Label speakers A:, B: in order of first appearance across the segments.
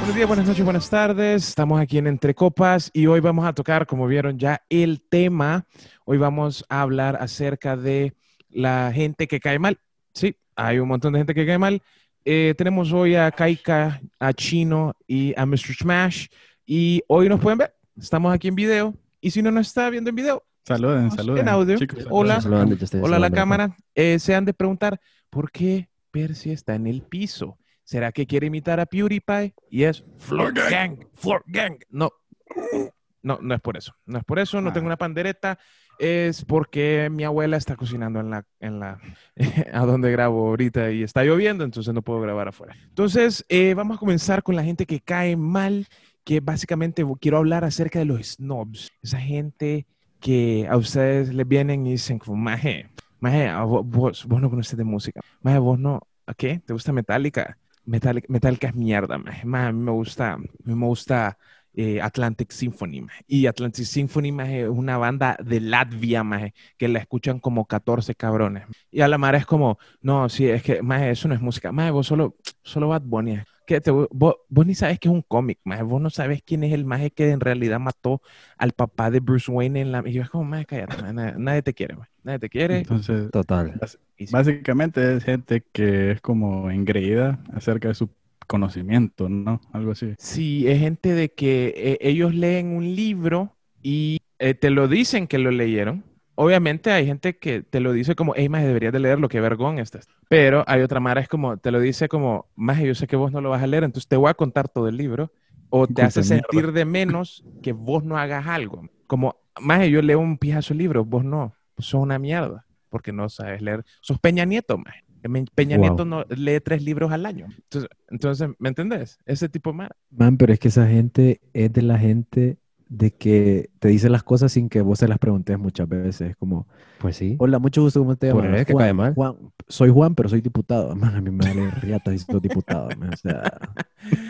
A: Buenos días, buenas noches, buenas tardes. Estamos aquí en Entre Copas y hoy vamos a tocar, como vieron ya, el tema. Hoy vamos a hablar acerca de la gente que cae mal. Sí, hay un montón de gente que cae mal. Eh, tenemos hoy a Kaika, a Chino y a Mr. Smash. Y hoy nos pueden ver. Estamos aquí en video. Y si no nos está viendo en video,
B: Saluden, saluden.
A: en audio.
B: chicos.
A: Hola.
C: Solo donde yo
D: este
C: estoy
A: Hola a la
C: saludando.
A: cámara. Eh, se han de preguntar, ¿por qué Percy está en el piso? ¿Será que quiere imitar a PewDiePie? Y es Floor Gang, Floor Gang. No, no, no es por eso. No es por eso, no
B: Ah.
A: tengo una pandereta. Es porque mi abuela está cocinando en la, en la, a donde grabo ahorita y está lloviendo, entonces no puedo grabar afuera. Entonces, eh, vamos a comenzar con la gente que cae mal, que básicamente quiero hablar acerca de los snobs. Esa gente que a ustedes les vienen y dicen como, maje, maje, a vo- vos, vos no conoces de música. Maje, vos no, ¿a qué? ¿Te gusta Metallica? Metallica, Metallica es mierda, maje. Maje, a mí me gusta, a mí me gusta eh, Atlantic Symphony, maje. Y Atlantic Symphony, maje, es una banda de Latvia, maje, que la escuchan como 14 cabrones. Y a la mar es como, no, sí, es que, maje, eso no es música. Maje, vos solo, solo Bad Bunny. es. Que te, vos, vos ni sabes que es un cómic, maje. Vos no sabes quién es el maje que en realidad mató al papá de Bruce Wayne en la... Y yo es como, maje, cállate, maje, nadie, nadie te quiere, maje. Nadie te quiere.
B: Entonces,
C: Total.
A: Y sí.
B: básicamente es gente que es como engreída acerca de su conocimiento, ¿no? Algo así.
A: Sí, es gente de que eh, ellos leen un libro y eh, te lo dicen que lo leyeron. Obviamente hay gente que te lo dice como, hey, más deberías de leerlo, qué vergón estás. Pero hay otra mara, es como, te lo dice como, más yo sé que vos no lo vas a leer, entonces te voy a contar todo el libro. O te
B: Culpa
A: hace
B: de mierda.
A: sentir de menos que vos no hagas algo. Como, más yo leo un pijazo libro, vos no, vos sos una mierda, porque no sabes leer. Sos Peña Nieto, más. Peña
C: Wow.
A: Nieto no lee tres libros al año. Entonces, entonces ¿me entendés? Ese tipo de mara.
C: Man, pero es que esa gente es de la gente de que te dice las cosas sin que vos se las preguntes muchas veces. Como,
D: Pues sí.
C: hola, mucho gusto, ¿cómo te
D: Por
C: llamas?
D: eso es que
C: Juan,
D: cae mal.
C: Juan, soy Juan, pero soy diputado. Man, a mí me vale riata si soy diputado. man, O sea,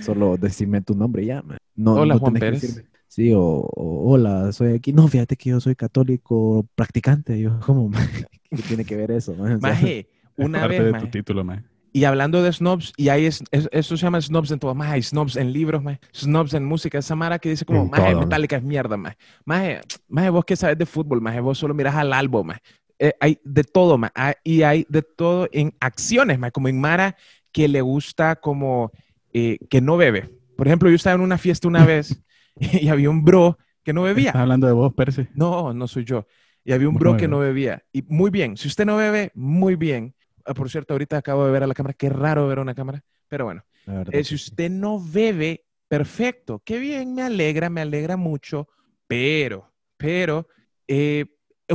C: solo decime tu nombre y ya. man. No,
A: Hola,
C: no
A: Juan
C: tenés que
A: Pérez.
C: decirme, Sí, o, o, hola, soy aquí. No, fíjate que yo soy católico practicante. Yo, ¿cómo? man? ¿Qué tiene que ver eso? man? O sea,
A: Maje,
B: Es
A: una
B: parte
A: vez,
B: de
A: maje.
B: tu título, man.
A: Y hablando de snobs, y hay es, es- eso se llama snobs en todo. Maje, hay snobs en libros, maje, snobs en música. Esa mara que dice como,
D: En
A: maje,
D: todo, maje.
A: Metallica es mierda, maje. Maje, maje, vos que sabes de fútbol, maje, vos solo miras al álbum, maje. Eh, hay de todo, maje. ah, Y hay de todo en acciones, maje. Como en mara que le gusta como, eh, que no bebe. Por ejemplo, yo estaba en una fiesta una vez y había un bro que no bebía.
B: Estás hablando de vos, Percy.
A: No, no soy yo. Y había un
B: Muy
A: bro que
B: bien.
A: no bebía. Y muy bien. Si usted no bebe, muy bien. Ah, Por cierto, ahorita acabo de ver a la cámara. Qué raro ver a una cámara. Pero bueno.
C: la verdad
A: Eh,
C: que
A: si
C: sí.
A: usted no bebe, perfecto. Qué bien, me alegra, me alegra mucho. Pero, pero, eh,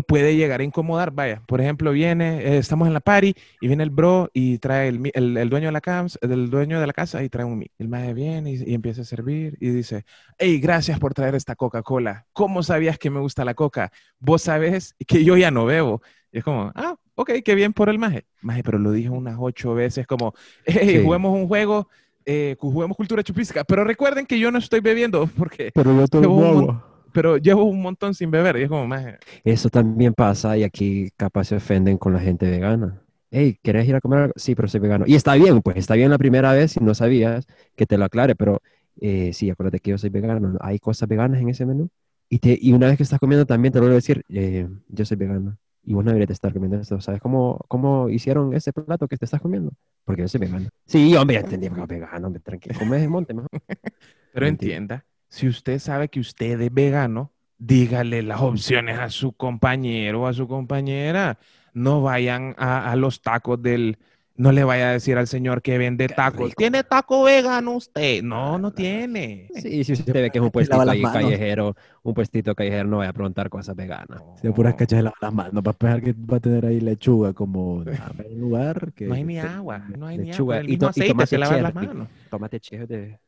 A: puede llegar a incomodar. Vaya, por ejemplo, viene, eh, estamos en la party y viene el bro y trae el, mi- el- el dueño de la casa, el dueño de la casa y trae un mic. El maje viene y, y empieza a servir y dice, hey, gracias por traer esta Coca-Cola. ¿Cómo sabías que me gusta la Coca? Vos sabés que yo ya no bebo. Y es como, ah, ok, qué bien por el maje. Maje, pero lo dijo unas ocho veces como, hey,
D: Sí.
A: juguemos un juego, eh, cu- juguemos cultura chupística. Pero recuerden que yo no estoy bebiendo porque,
B: Pero yo
A: Qué bobo. pero llevo un montón sin beber. Y es como, maje,
D: Eso también pasa y aquí capaz se ofenden con la gente vegana. Hey, ¿querés ir a comer algo? Sí, pero soy vegano. Y está bien, pues está bien la primera vez si no sabías que te lo aclare, pero eh, sí, acuérdate que yo soy vegano. Hay cosas veganas en ese menú. Y, te, y una vez que estás comiendo también te lo voy a decir, eh, yo soy vegano. Y vos no deberías de estar comiendo esto. ¿Sabes cómo, cómo hicieron ese plato que te estás comiendo? Porque yo soy vegano. Sí, hombre, ya entendí, pero vegano, hombre, tranquilo. Comes el monte, mejor.
A: Pero
D: Mentira.
A: entienda, si usted sabe que usted es vegano, dígale las opciones a su compañero o a su compañera. No vayan a, a los tacos del... No le vaya a decir al señor que vende tacos.
D: rico. Ah,
A: ¿Tiene taco vegano usted? No, no tiene.
D: Sí, si usted ve que es un
C: Se
D: puestito
C: lava las
D: ahí
C: manos.
D: callejero, un puestito callejero, no vaya a preguntar cosas veganas.
C: Se puras
A: No.
C: cachas de lavar las manos para pensar que va a tener ahí lechuga como nah, hay un lugar que
A: No hay
C: que
A: ni
C: te-
A: agua, no hay ni agua.
D: lechuga
A: el
D: y
A: mismo
D: to- y
A: aceite
D: tomate
A: se lavan las
D: cherry.
A: manos.
D: Tómate chejo de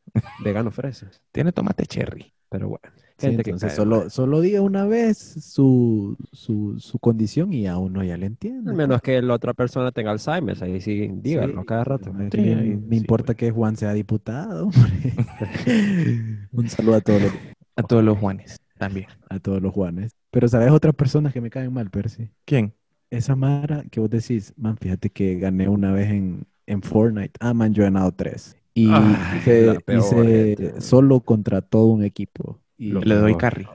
D: vegano fresas.
A: Tiene tomate cherry.
D: Pero bueno,
C: Sí,
D: gente que eh, cae
C: entonces solo,
D: mal.
C: solo diga una vez su, su, su condición y a uno ya le entiende. pues.
D: Al menos que la otra persona tenga Alzheimer, ahí sí, díganlo cada rato.
C: Me,
A: Sí, ahí
C: me
A: sí,
C: importa
D: pues.
C: que Juan sea diputado. hombre. Un saludo a todos, los,
A: A todos los Juanes también.
C: a todos los Juanes. Pero sabes otras personas que me caen mal, Percy.
A: ¿Quién?
C: Esa Mara que vos decís, man, fíjate que gané una vez en, en Fortnite. Ah, man, yo he ganado tres. Y
D: Ah,
B: Ay,
C: hice,
B: la peor,
C: hice
B: gente.
C: solo contra todo un equipo. Y
D: Lo-
A: Le doy
D: mejor.
A: carry.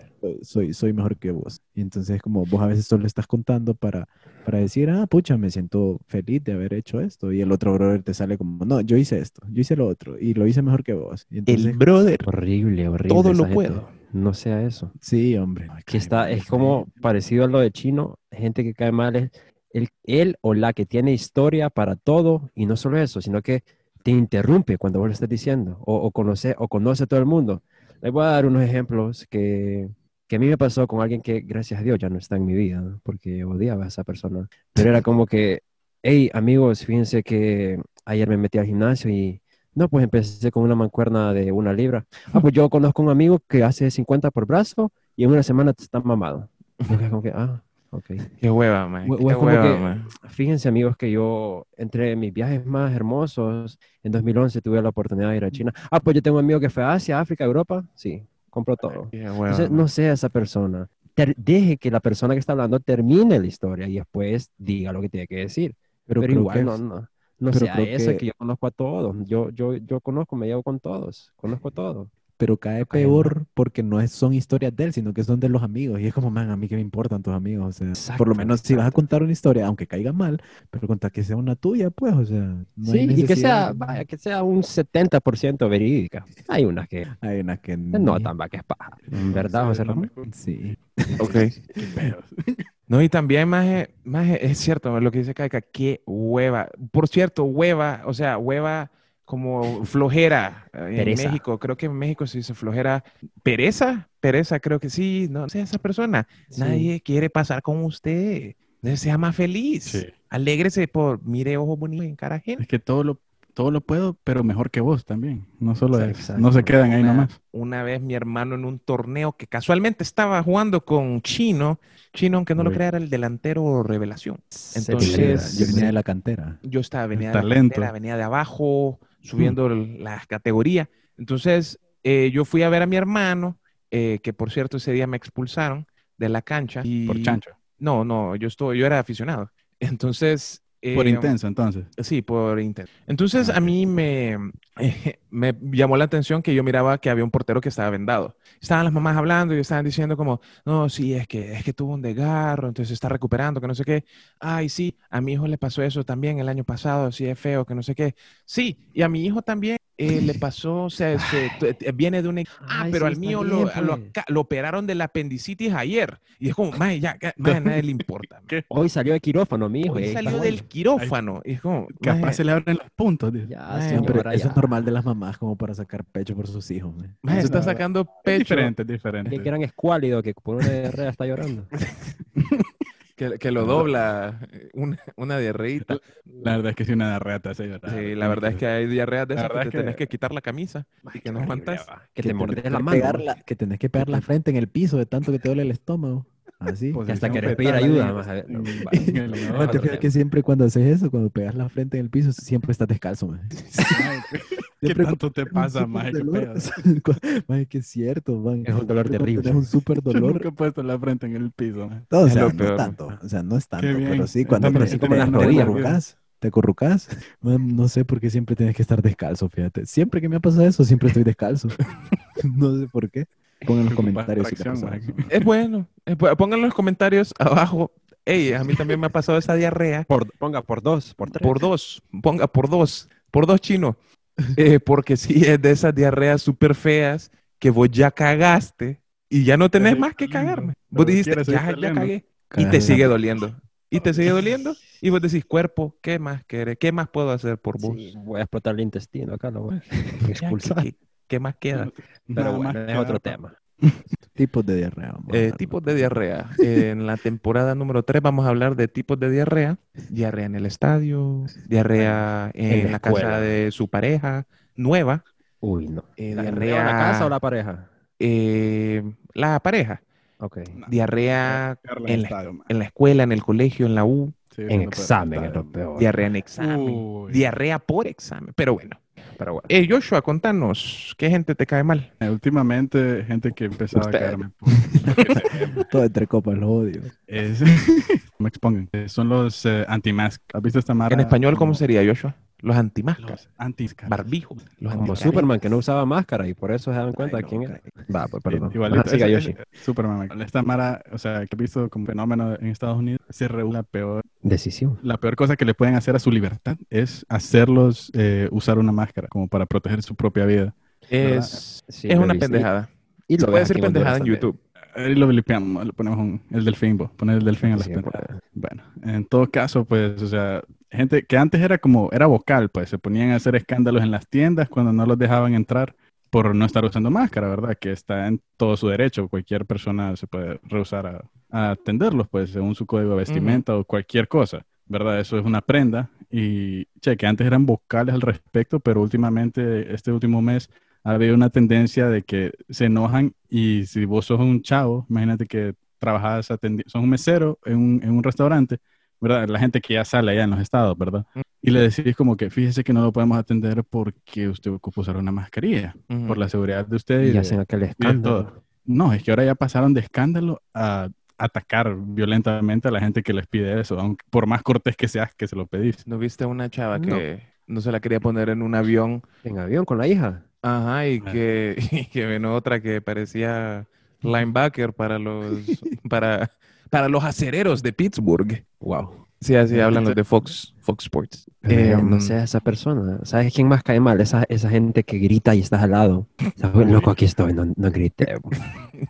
C: soy, soy mejor que vos. Y entonces, como vos a veces solo estás contando para, para decir, ah, pucha, me siento feliz de haber hecho esto. Y el otro brother te sale como, no, yo hice esto, yo hice lo otro, y lo hice mejor que vos. Y entonces,
A: El brother.
D: Horrible, horrible.
A: Todo
D: esa
A: lo
D: gente.
A: puedo.
D: No sea eso.
C: sí, hombre. no,
D: Que
C: cae
D: está,
C: mal,
D: es
C: cae
D: como
C: mal.
D: parecido a lo de chino, gente que cae mal es el, él o la que tiene historia para todo y no solo eso, sino que te interrumpe cuando vos lo estás diciendo o, o conoce, o conoce a todo el mundo. Les voy a dar unos ejemplos que, que a mí me pasó con alguien que, gracias a Dios, ya no está en mi vida, ¿no? porque odiaba a esa persona. Pero era como que, hey, amigos, fíjense que ayer me metí al gimnasio y, no, pues empecé con una mancuerna de una libra. Ah, pues yo conozco un amigo que hace 50 por brazo y en una semana está mamado. Y yo como que, ah, ok.
A: Qué hueva, man.
D: Hue-
A: Qué
D: hue- como
A: hueva,
D: que-
A: man.
D: Fíjense, amigos, que yo, entre mis viajes más hermosos, en 2011 tuve la oportunidad de ir a China. Ah, pues yo tengo un amigo que fue a Asia, África, Europa. Sí, compró todo.
A: Qué hueva,
D: Entonces,
C: Ah.
A: man.
D: no sea esa persona. Ter- deje que la persona que está hablando termine la historia y después diga lo que tiene que decir. Pero,
C: creo
D: igual
C: que
D: no,
C: es-
D: no, no
C: pero
D: sea
C: creo
D: eso que...
C: que-
D: yo conozco a todos. Yo, yo, yo conozco, me llevo con todos. Conozco a todos.
C: pero cae
D: cae mal.
C: peor porque no es, son historias de él, sino que son de los amigos. Y es como, man, a mí que me importan tus amigos. O sea, por
D: Exacto,
C: lo menos si vas a
D: exacto.
C: contar una historia, aunque caiga mal, pero contar que sea una tuya, pues, o sea, no hay
D: sí, y que
C: necesidad
D: sea,
C: de-
D: vaya, que sea un 70% verídica. Hay unas que
C: Hay una que
D: se notan, va, que es paja. ¿Verdad, José Ramón?
C: Sí.
A: Ok. No, y también, maje, maje, es cierto lo que dice Kaika, qué hueva. Por cierto, hueva, o sea, hueva como flojera eh, en
D: Pereza.
A: México. Creo que en México se dice flojera. ¿Pereza? Pereza, creo que sí. No, sea esa persona.
D: Sí.
A: Nadie quiere pasar con usted. No Sea más feliz.
B: Sí.
A: Alégrese por, mire, ojos bonitos en cara ajena.
B: Es que todo lo, todo lo puedo, pero mejor que vos también. No solo es-
D: Exacto.
B: no se quedan ahí
A: una,
B: nomás.
A: una vez mi hermano en un torneo que casualmente estaba jugando con Chino. Chino, aunque no lo
B: Uy.
A: crea, era el delantero revelación.
C: Yo venía-
D: pues,
C: yo
A: Entonces,
C: venía de la cantera.
A: yo estaba, venía de, la
B: talento. Mm.
A: cantera, venía de abajo, subiendo las categorías. Entonces, eh, yo fui a ver a mi hermano, eh, que por cierto ese día me expulsaron de la cancha. Y...
B: Por chancho.
A: No, no, yo, estoy, yo era aficionado. Entonces...
B: Por
A: eh,
B: intenso, entonces.
A: Sí, por Inter. Entonces
B: Ah,
A: a
B: ok.
A: mí me, me llamó la atención que yo miraba que había un portero que estaba vendado. Estaban las mamás hablando y estaban diciendo como, no, sí, es que, es que tuvo un desgarro, entonces se está recuperando, que no sé qué. Ay, sí, a mi hijo le pasó eso también el año pasado, sí, es feo, que no sé qué. Sí, y a mi hijo también eh, le pasó, o sea, se- t- t- viene de una... Ah,
D: Ay,
A: pero
D: sí,
A: al
D: está
A: mío
D: bien,
A: lo, a lo
D: pues.
A: acá- lo operaron de la apendicitis ayer. Y es como, mae, ya, ya, mae, a nadie le importa.
B: ¿Qué?
D: Hoy salió de quirófano, mi hijo.
A: Hoy
D: y ahí
A: salió
D: está.
A: del quirófano. Y es como,
B: Capaz
A: mae,
B: se le abren los puntos. dice.
D: Ya,
A: Ay,
C: No, pero
D: señora,
C: eso
D: ya.
C: es normal de las mamás como para sacar pecho por sus hijos. man.
A: Mae,
B: Eso
A: está
B: es
A: sacando
B: Es
A: pecho.
B: diferente, es diferente.
D: Que eran escuálido, que por una diarrea está llorando.
A: Que, que lo
B: Ajá.
A: dobla eh, una, una diarreíta.
B: La verdad es que sí, una reata se
A: Sí, la verdad es que hay diarreas de
B: La
A: esas que
B: verdad
A: te
B: es que-
A: tenés que quitar la camisa y que no aguantas.
D: Que te mordes la
C: tenés
D: mano.
C: pegar la- que tenés que pegar la frente en el piso de tanto que te duele el estómago. Así.
D: Que hasta querés pedir ayuda. más a ver.
C: No, te
D: otro
C: fijas
D: tema.
C: que siempre cuando haces eso, cuando pegas la frente en el piso, siempre estás descalzo, man.
B: ¿Qué
C: Siempre
B: tanto te pasa,
C: más
B: Mike?
C: Mae, que es cierto, man.
D: Es un dolor
C: Siempre cuando
D: terrible.
C: tenés un súper
B: Yo
C: dolor.
B: nunca he puesto la frente en el piso. man.
C: No, o
A: Es
C: sea,
A: lo
C: no
A: peor.
C: tanto. O sea, no es tanto,
B: bien.
C: pero sí,
B: Yo
C: cuando
B: también
C: pero sí
B: estoy
C: como las
D: en la
C: rodillas,
D: rodilla.
C: te acurrucás, te acurrucás. Man, no sé por qué siempre tienes que estar descalzo, fíjate. Siempre que me ha pasado eso, siempre estoy descalzo. no sé por qué. Pongan en los
B: Ocupas
C: comentarios si les
B: tracción,
C: pasa eso.
B: Mike.
A: Es bueno. es bu- Pongan en los comentarios abajo. Ey, a mí también me ha pasado esa diarrea.
D: Por- ponga por dos, por tres.
A: Por dos. Ponga por dos. Por dos chino. Eh, porque sí, es de esas diarreas súper feas que vos ya cagaste y ya no tenés
B: seguís
A: más que
B: doliendo.
A: cagarme.
B: Pero
A: Vos
B: ni
A: dijiste,
B: siquiera seguís
A: ya, ya
B: doliendo".
A: cagué. Y
C: Cagas
A: te
C: en
A: sigue
C: la-
A: doliendo. Y te sigue doliendo. Y vos decís, cuerpo, ¿qué más querés? ¿Qué más puedo hacer por vos?
D: Sí, voy a explotar el intestino acá, lo voy a
A: Ya,
D: expulsar.
A: ¿qué- qué- qué más queda?
B: Nada
D: Pero bueno,
B: más
D: es otro
B: que-
D: tema.
C: Tipos de diarrea. vamos a
A: Eh,
C: hablar,
A: tipos
C: ¿no?
A: de diarrea. Eh, en la temporada número 3 vamos a hablar de tipos de diarrea. Diarrea en el estadio, diarrea en,
D: en la
A: la casa
D: escuela.
A: de su pareja nueva,
D: Uy, no.
A: eh,
D: ¿La
A: diarrea
D: la casa o la pareja?
A: eh, la pareja,
D: Ok.
B: No,
A: diarrea
B: Carla
A: en la-
B: estadio, man.
A: en la escuela, en el colegio, en la U,
B: Sí,
D: En
B: eso no puede
D: examen es
B: estar,
D: lo peor.
A: diarrea en examen,
B: Uy,
A: diarrea por examen. Pero bueno,
D: Pero bueno.
A: Eh, Joshua, contanos, ¿qué gente te cae mal?
B: eh, últimamente, gente que empezaba
A: Usted.
B: a caerme. pues, por- porque se ve, man.
C: Todo entre copas, lo odio.
B: Es- no me expongan. Eh, Son los eh, anti-mask. ¿Has visto esta marca?
A: En español, ¿cómo sería, Joshua? Los antimascas.
B: Los antiscas.
A: Barbijos. Los
B: Como
D: Como
A: anticaretas.
D: Superman, que no usaba máscara y por eso se dan cuenta de
C: Ay, no,
D: quién era.
C: caray.
D: Va, pues perdón.
A: Eh,
B: Igual,
D: Ajá, siga, Yoshi.
B: Superman. Esta Mara, o sea, que he visto como fenómeno en Estados Unidos, se reúne la peor,
D: Decisión.
B: la peor cosa que le pueden hacer a su libertad es hacerlos eh, usar una máscara como para proteger su propia vida.
A: Es,
D: Sí,
A: es
D: lo he
A: una
D: visto.
A: pendejada.
D: Y, y
A: Se
D: lo
A: puede
D: ves
A: decir
D: aquí en
A: pendejada
D: Honduras
A: en
D: también.
A: YouTube.
B: Ahí lo blipeamos, le ponemos un- el delfín, vos, poner el delfín a las
D: Sí,
B: pendejadas.
D: pues.
B: Bueno, en todo caso, pues, o sea, gente que antes era como, era vocal, pues, se ponían a hacer escándalos en las tiendas cuando no los dejaban entrar por no estar usando máscara, ¿verdad? Que está en todo su derecho, cualquier persona se puede rehusar a, a atenderlos, pues, según su código de vestimenta o cualquier cosa, ¿verdad? Eso es una prenda y, che, que antes eran vocales al respecto, pero últimamente, este último mes, ha habido una tendencia de que se enojan y si vos sos un chavo, imagínate que trabajas atendiendo, sos un mesero en un, en un restaurante, ¿verdad? La gente que ya sale allá en los estados, ¿verdad? Y le decís como que fíjese que no lo podemos atender porque usted ocupa usar una mascarilla
A: Ujú.
B: por la seguridad de usted. y
D: Y
B: de-
D: hacen aquel
B: y de todo.
D: escándalo.
B: No, es que ahora ya pasaron de escándalo a atacar violentamente a la gente que les pide eso, aunque por más cortés que seas que se lo pedís.
A: ¿No viste una chava
D: No.
A: que no se la quería poner en un avión?
D: En avión con la hija.
A: Ajá, y
B: Ah.
A: que, y que vino otra que parecía linebacker para los, para, para los acereros de Pittsburgh.
D: Wow.
A: Sí, así hablan los de Fox, Fox Sports.
D: Pero
A: Em,
D: Eh, no seas esa persona. ¿Sabes quién más cae mal? Esa, esa gente que grita y estás al lado. ¿Sabes? Loco, aquí estoy, no, no grite.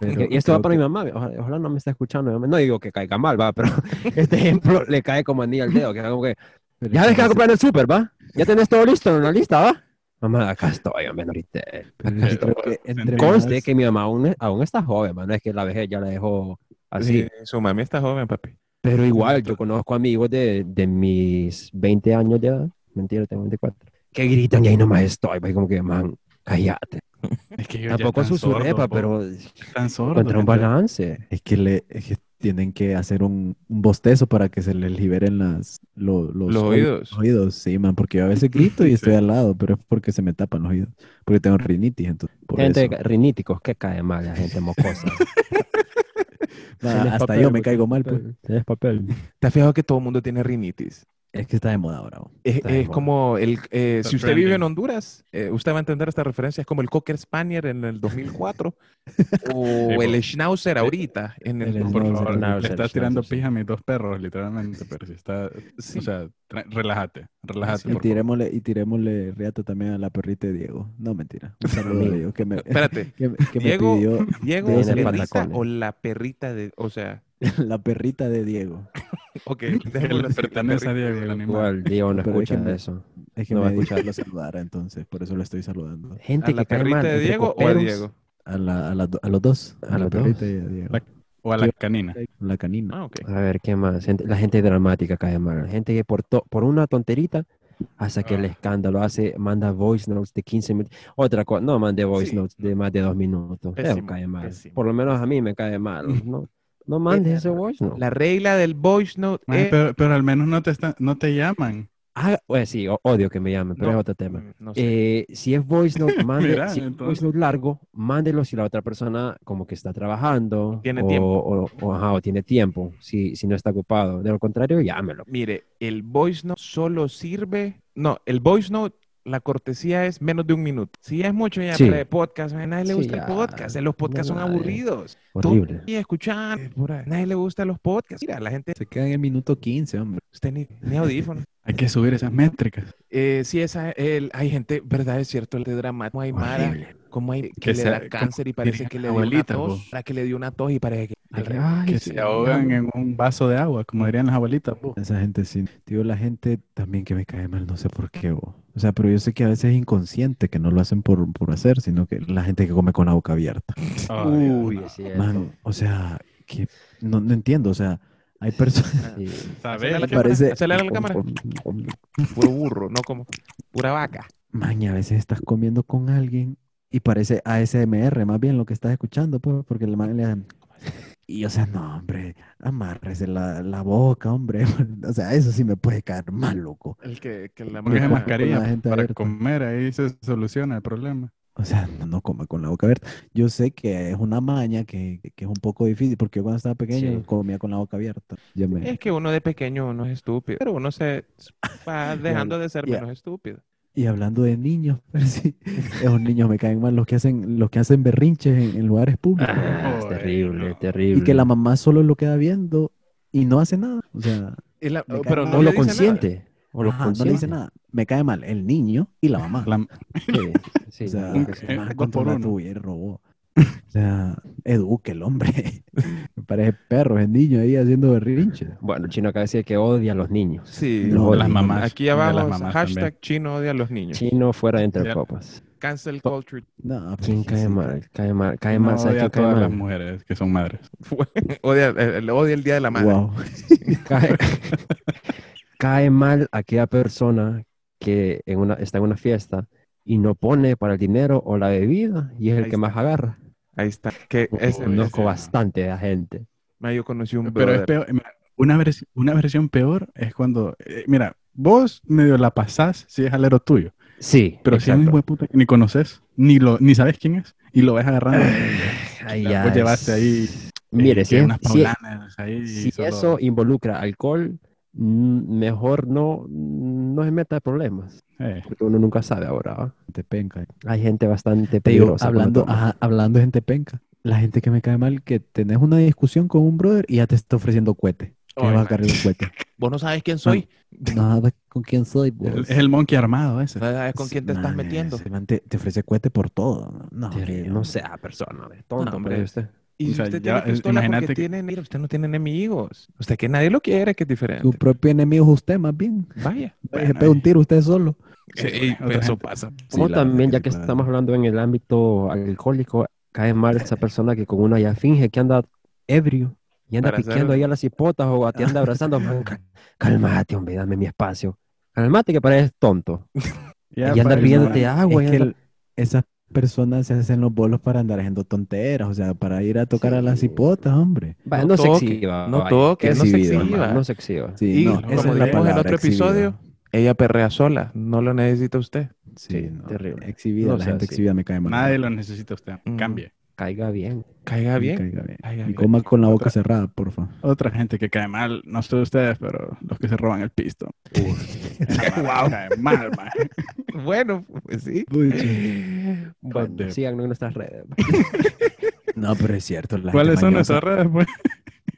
C: Pero
D: y esto va
C: creo
D: para
C: que-
D: mi mamá. Ojalá, ojalá no me está escuchando. No digo que caiga mal, va, pero este ejemplo le cae como anillo al dedo. Que es como que,
C: pero
D: ya
C: es
D: ves que
C: que
D: va a
C: no sé-
D: comprar el súper, ¿va? Ya tenés todo listo en la lista, ¿va? Mamá, acá estoy, hombre, no grite.
C: pero es que
B: Eh,
C: creo
B: bueno,
C: que entre
D: Conste
C: más-
D: que mi mamá aún, aún está joven, man. No es que la vejez ya la dejó así.
A: sí, su mami está joven, papi.
D: Pero igual, yo conozco amigos de, de mis 20 años de edad, mentira, tengo 24, que gritan y ahí nomás estoy, pues, como que, man, cállate.
B: Es que ellos ya
D: Tampoco
B: están
D: susurré,
B: sordos,
D: pa,
B: po,
D: pero
B: están sordos,
D: encontrar un
B: gente.
D: balance.
C: Es que, le, es que tienen que hacer un, un bostezo para que se les liberen las, lo- los,
A: Los oídos.
C: los oídos, sí, man, porque yo a veces grito y estoy al lado, pero es porque se me tapan los oídos, porque tengo rinitis, entonces, por
D: gente
C: eso.
D: riníticos, que cae mal la gente mocosa.
C: Va,
D: Tienes
C: Ah, hasta
D: papel,
C: yo me
D: pues,
C: caigo mal, pues.
D: papel, Tienes papel.
A: ¿Te has fijado que todo el mundo tiene rinitis?
C: Es que está de moda ahora. bo.
A: Es,
D: Está
A: es
D: bien, bueno.
A: como el... eh,
B: Está
A: si usted vive en
B: trending.
A: Honduras, eh, usted va a entender esta referencia. Es como el Cocker Spaniel en el 2004
B: Sí,
A: o el
B: pues.
A: Schnauzer ahorita en el...
C: El
B: Por
C: No,
B: favor,
C: no,
B: le
D: no,
B: estás
D: no,
B: tirando
D: no,
B: pija a mis dos perros, literalmente, pero si está...
A: Sí.
B: O sea, tra- relájate, relájate,
C: Y
B: por favor.
C: tirémosle, y tirémosle riata también a la perrita de Diego. No, mentira. Un saludo a Diego que me,
A: Espérate.
C: que me- que me
A: Diego-
C: pidió
A: Diego
C: Debe
D: ser
A: Perrita
D: patacones.
A: o la perrita de, o sea,
C: la perrita de Diego.
A: ok,
B: Que
A: dejémoslo
B: le
A: así, la
B: pertenece a
A: perrita
B: Diego, el
A: de-
B: animal.
D: Igual, Diego no
C: Pero es que
D: escucha
C: me-
D: eso.
C: Es que
D: No va
C: me
D: a
C: dijo
D: escuchar.
C: que lo saludara, entonces, por eso lo estoy saludando.
A: ¿A
D: Gente
A: la
D: que cae mal.
A: perrita de
D: entre
A: Diego o a
D: coperos,
A: Diego?
C: A, la, a, la- a los dos.
D: A
C: A, la
D: los
C: perrita
D: dos.
C: y a Diego.
B: La- O a la canina.
C: La canina.
A: Ah, ok.
D: Este, A ver, ¿qué más? Gente- la gente dramática cae mal. La gente que por, to- por una tonterita hasta que el
B: Ah.
D: escándalo hace, manda voice notes de 15 minutos. Otra cosa, no mande voice
A: Sí,
D: notes de más de dos minutos. Eso
A: Pésimo,
D: cae mal.
A: pésimo.
D: Por lo menos a mí me cae mal. No, no mandes ese voice note.
A: La regla del voice note
B: Ah,
A: es...
B: pero, pero al menos no te, están, no te llaman.
D: Ah, pues sí, o- odio que me llamen,
A: No,
D: pero es otro tema.
A: mm, no sé.
D: Eh, si es voice note, mande,
B: Mira,
D: si es voice
B: entonces.
D: note largo, mándelo si la otra persona como que está trabajando
A: Tiene
D: o,
A: tiempo.
D: o- o, ajá, o tiene tiempo, si, si no está ocupado. De lo contrario, llámelo.
A: Mire, el voice note solo sirve... No, el voice note, la cortesía es menos de un minuto. Si ya es mucho, ya
D: Sí.
A: habla de podcast. A nadie le
D: Sí,
A: gusta
D: ya.
A: el podcast. eh, Los podcasts son
D: Nadie.
A: aburridos.
D: Horrible.
A: Y escuchar, eh, por ahí, nadie le gusta los podcasts. Mira, la gente,
C: Se queda en el minuto 15, hombre.
A: usted ni, ni audífonos.
B: Hay que subir esas métricas.
A: Eh, sí, esa, el- hay gente, ¿verdad? Es cierto, el de drama. No hay mara.
D: Horrible.
A: como hay que,
B: Que
A: le
B: sea-
A: da
B: como
A: cáncer y parece
B: dirían
A: que
B: las
A: le dio una
B: abuelitas,
A: tos,
D: pues.
B: vos.
A: para que le dio una tos y parece que
D: De que,
A: al-
D: ay,
B: Que
D: sí,
B: se ahogan
D: ya,
B: en un vaso de agua, como dirían las abuelitas. po.
C: Esa gente sí. Tío, la gente también que me cae mal, no sé por qué, bo. O sea, pero yo sé que a veces es inconsciente, que no lo hacen por, por hacer, sino que la gente que come con la boca abierta.
B: Ah,
D: Uy,
B: Dios,
D: es cierto.
C: Man, o sea, que no, no entiendo, o sea, hay personas...
D: Sí.
B: no. ¿Sabes?
A: Hacerle la
B: Que-
A: cámara,
C: Parece...
A: hacerle a la cámara. puro burro, no como pura vaca.
C: Man, y a veces estás comiendo con alguien y parece ASMR, más bien lo que estás escuchando, pues, porque el man le dan... Y, o sea, no, hombre, amárrese la, la boca, hombre. O sea, eso sí me puede caer mal, loco.
A: El que, que la
B: Ponga
A: mara-
B: mascarilla
C: la gente
B: para
C: abierta.
B: comer, ahí se soluciona el problema.
C: O O sea, no, no coma con la boca abierta. Yo sé que es una maña que, que es un poco difícil, porque yo cuando estaba pequeño
D: Sí.
C: comía con la boca abierta. Eh, Ya me-
A: Es que uno de pequeño uno es estúpido, pero uno se va dejando de ser
C: Ya.
A: menos estúpido.
C: Y hablando de niños, pero sí, esos niños me caen mal, los que hacen, los que hacen berrinches en, en lugares públicos.
D: Ah, es
B: Joder,
D: terrible,
B: no.
D: terrible.
C: Y que la mamá solo lo queda viendo y no hace nada. O sea,
A: Y la-
C: Me cae
A: pero
C: mal.
A: no
D: o
A: le
D: lo
A: dice nada.
D: consiente. O lo
C: ajá, no le dice
D: consiente.
C: nada. Me cae mal el niño y la
D: Ah,
C: mamá.
B: La-
D: Sí, sí,
C: o sea,
D: claro que sí.
B: eh,
C: más
B: dos
C: controla
B: por uno.
C: tu vida, robó. O sea, eduque el hombre. Me parece perro, es niño ahí haciendo berrinche.
D: Bueno, Chino acá decía que odia a los niños.
A: Sí.
C: No,
D: Odia.
B: las mamás.
A: Aquí
B: de las
A: abajo,
B: mamás
A: hashtag
B: también.
A: chino odia a los niños.
D: Chino fuera de entre
B: Ya.
D: copas.
A: Cancel culture.
C: No, pues
D: ¿Quién
C: sí,
D: cae
C: sí,
D: mal? Cae mal, cae
B: No
D: mal, ¿sabes
B: odia
D: quién
B: a
D: cae
B: todas las
D: mal?
B: mujeres que son madres.
A: odia, el, odia el día de la madre.
C: Guau.
D: Cae, cae mal aquella persona que en una, está en una fiesta y no pone para el dinero o la bebida y es el
A: Ahí
D: que más agarra.
A: Ahí está. Que es,
B: Uy,
A: no.
B: no.
D: Conozco bastante a gente.
A: Yo conocí un
B: Pero
A: brother.
B: es peor. mira, Una, vers- una versión peor es cuando. eh, mira, vos medio la pasás si es alero tuyo.
D: Sí,
B: Pero si es un
D: exacto.
B: hijo de puta que ni conoces, ni, lo, ni sabes quién es, y lo ves agarrando.
D: Ahí
B: la-
D: ya
B: vos llevaste ahí,
D: Ah, Mire,
B: Eh,
D: si,
B: que
D: es-
B: unas
D: si es-
B: paulanas ahí. y
D: si
B: solo-
D: eso involucra alcohol, mm, mejor no, no se meta de problemas.
B: eh,
D: Porque uno nunca sabe ahora. ¿va?
C: Te penca.
D: Hay gente bastante
C: Te digo,
D: peligrosa. cuando
C: hablando, ah,
D: toma.
C: ajá, hablando de gente penca, la gente que me cae mal, que tenés una discusión con un brother y ya te está ofreciendo cohete. Te
A: Ay,
C: vas a
A: man.
C: cargar el cohete.
A: Vos no sabes quién soy.
C: Nada, ¿con quién soy, vos?
B: es el monkey armado ese.
A: No sabes con quién te
C: Sí,
A: estás
C: man,
A: metiendo.
C: ese man te, te ofrece cohete por todo. ¿no? No,
D: Terrible,
C: que-
D: no sea persona, hombre, tonto,
A: No,
D: hombre,
A: hombre.
D: usted.
A: Y
B: O
A: si
B: sea,
A: usted
B: ya,
A: tiene
B: eh,
A: pistola porque
B: imagínate que-
A: tiene, mira, usted no tiene enemigos. Usted que nadie lo quiere, que es diferente.
C: Su propio enemigo es usted, más bien.
A: Vaya.
B: Bueno,
C: se pega un tiro usted solo.
B: Sí,
A: Eh, eh,
B: otra
A: eso
B: gente.
A: pasa.
D: Como
C: la verdad
D: también,
C: que
D: ya
C: sí,
D: que
C: la verdad.
D: estamos hablando en el ámbito alcohólico, cae mal esa persona que con una ya finge que anda ebrio y anda
A: Para hacer-
D: piqueando ahí a las hipotas o te anda abrazando. Man, cal- calmate, hombre, dame mi espacio. Calmate que pareces tonto.
B: Ya
D: y anda
B: para-
D: riéndote
C: Es
D: agua. y
C: que
D: anda-
C: el- esas personas se hacen los bolos para andar haciendo tonteras, o sea, para ir a tocar a las
D: Sí.
C: hipotas, hombre.
D: Va,
A: no
D: no, se
A: toque,
D: exhiba.
A: no
D: vaya,
A: toque,
D: que
A: no se
D: exhibido,
A: exhiba.
D: hermano, No se exhiba.
C: Sí,
A: Y
C: no,
A: como
C: esa es
A: dijimos
C: la
A: en
C: palabra,
A: otro episodio,
C: exhibida.
A: Ella perrea sola, no lo necesita usted.
C: Sí,
D: Sí,
C: no,
D: terrible.
C: Exhibida,
D: No
C: la
D: sea
C: gente
D: así.
C: exhibida me cae mal.
B: Nadie lo necesita usted.
A: Mm.
B: Cambie.
D: Caiga bien.
A: Caiga
C: Me
A: bien.
C: caiga bien.
A: Caiga
C: Y
A: bien.
C: coma con la boca
B: Otra-
C: cerrada, por favor.
B: Otra gente que cae mal, no sé ustedes, pero los que se roban el pisto. Esa madre cae mal, man.
A: Bueno, pues sí.
D: Bueno,
B: de-
D: síganos en nuestras redes.
C: No, pero es cierto. la
B: ¿Cuáles
C: gente
B: son
C: mañosa-
B: nuestras redes, pues?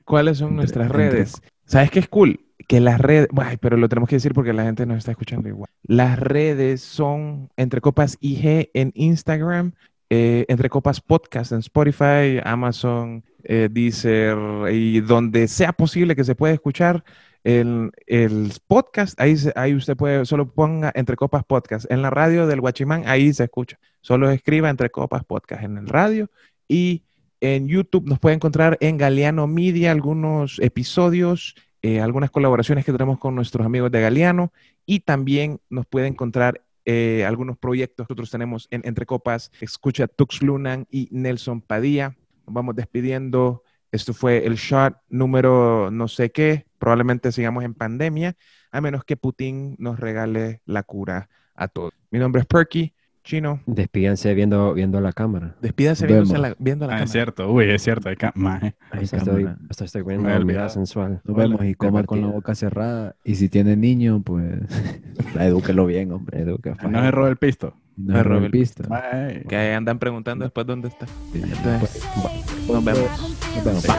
A: ¿Cuáles son
C: Entre-
A: nuestras
C: entre-
A: redes? ¿Sabes qué es cool? Que las redes, ay, pero lo tenemos que decir porque la gente nos está escuchando igual. Las redes son Entre Copas IG en Instagram, eh, Entre Copas Podcast en Spotify, Amazon, eh, Deezer y donde sea posible que se pueda escuchar el, el podcast, ahí, se- ahí usted puede, solo ponga Entre Copas Podcast. En la radio del Guachimán, ahí se escucha. Solo escriba Entre Copas Podcast en el radio y en YouTube nos puede encontrar en Galeano Media algunos episodios, eh, algunas colaboraciones que tenemos con nuestros amigos de Galeano y también nos puede encontrar eh, algunos proyectos que nosotros tenemos en Entre Copas. Escucha Tux Lunan y Nelson Padilla. Nos vamos despidiendo. Esto fue el shot número no sé qué. Probablemente sigamos en pandemia, a menos que Putin nos regale la cura a todos. Mi nombre es Perky. Chino,
D: Despídanse viendo, viendo la cámara.
A: despídase
C: Nos
A: viéndose
C: vemos.
A: la- viendo la
B: Ah,
A: cámara.
B: es cierto, uy, es cierto. Hay ca- maje.
C: Ay,
D: Hasta estoy,
C: cámara.
D: hasta estoy poniendo
B: Me
D: una
B: había
D: mirada
B: olvidado.
D: sensual.
C: Nos
B: Hola,
C: vemos y coma con la
D: divertido.
C: boca cerrada. Y si tiene niño, pues la edúquelo bien, hombre.
D: Educa,
B: No se roba el pisto.
C: No
A: Perro
C: robe el
A: del-
C: pisto.
B: Bye.
A: Que ahí andan preguntando después dónde está.
C: Sí,
A: Entonces,
C: Nos vemos.
E: I've
C: Nos
E: been
C: vemos. Bye.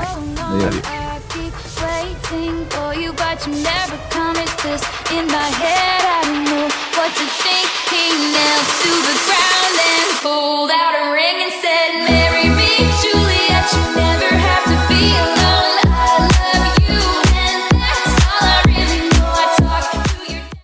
C: Adiós.
E: I keep waiting for you, but you never come. It's this in my head. I don't know what to think. He nails to the ground.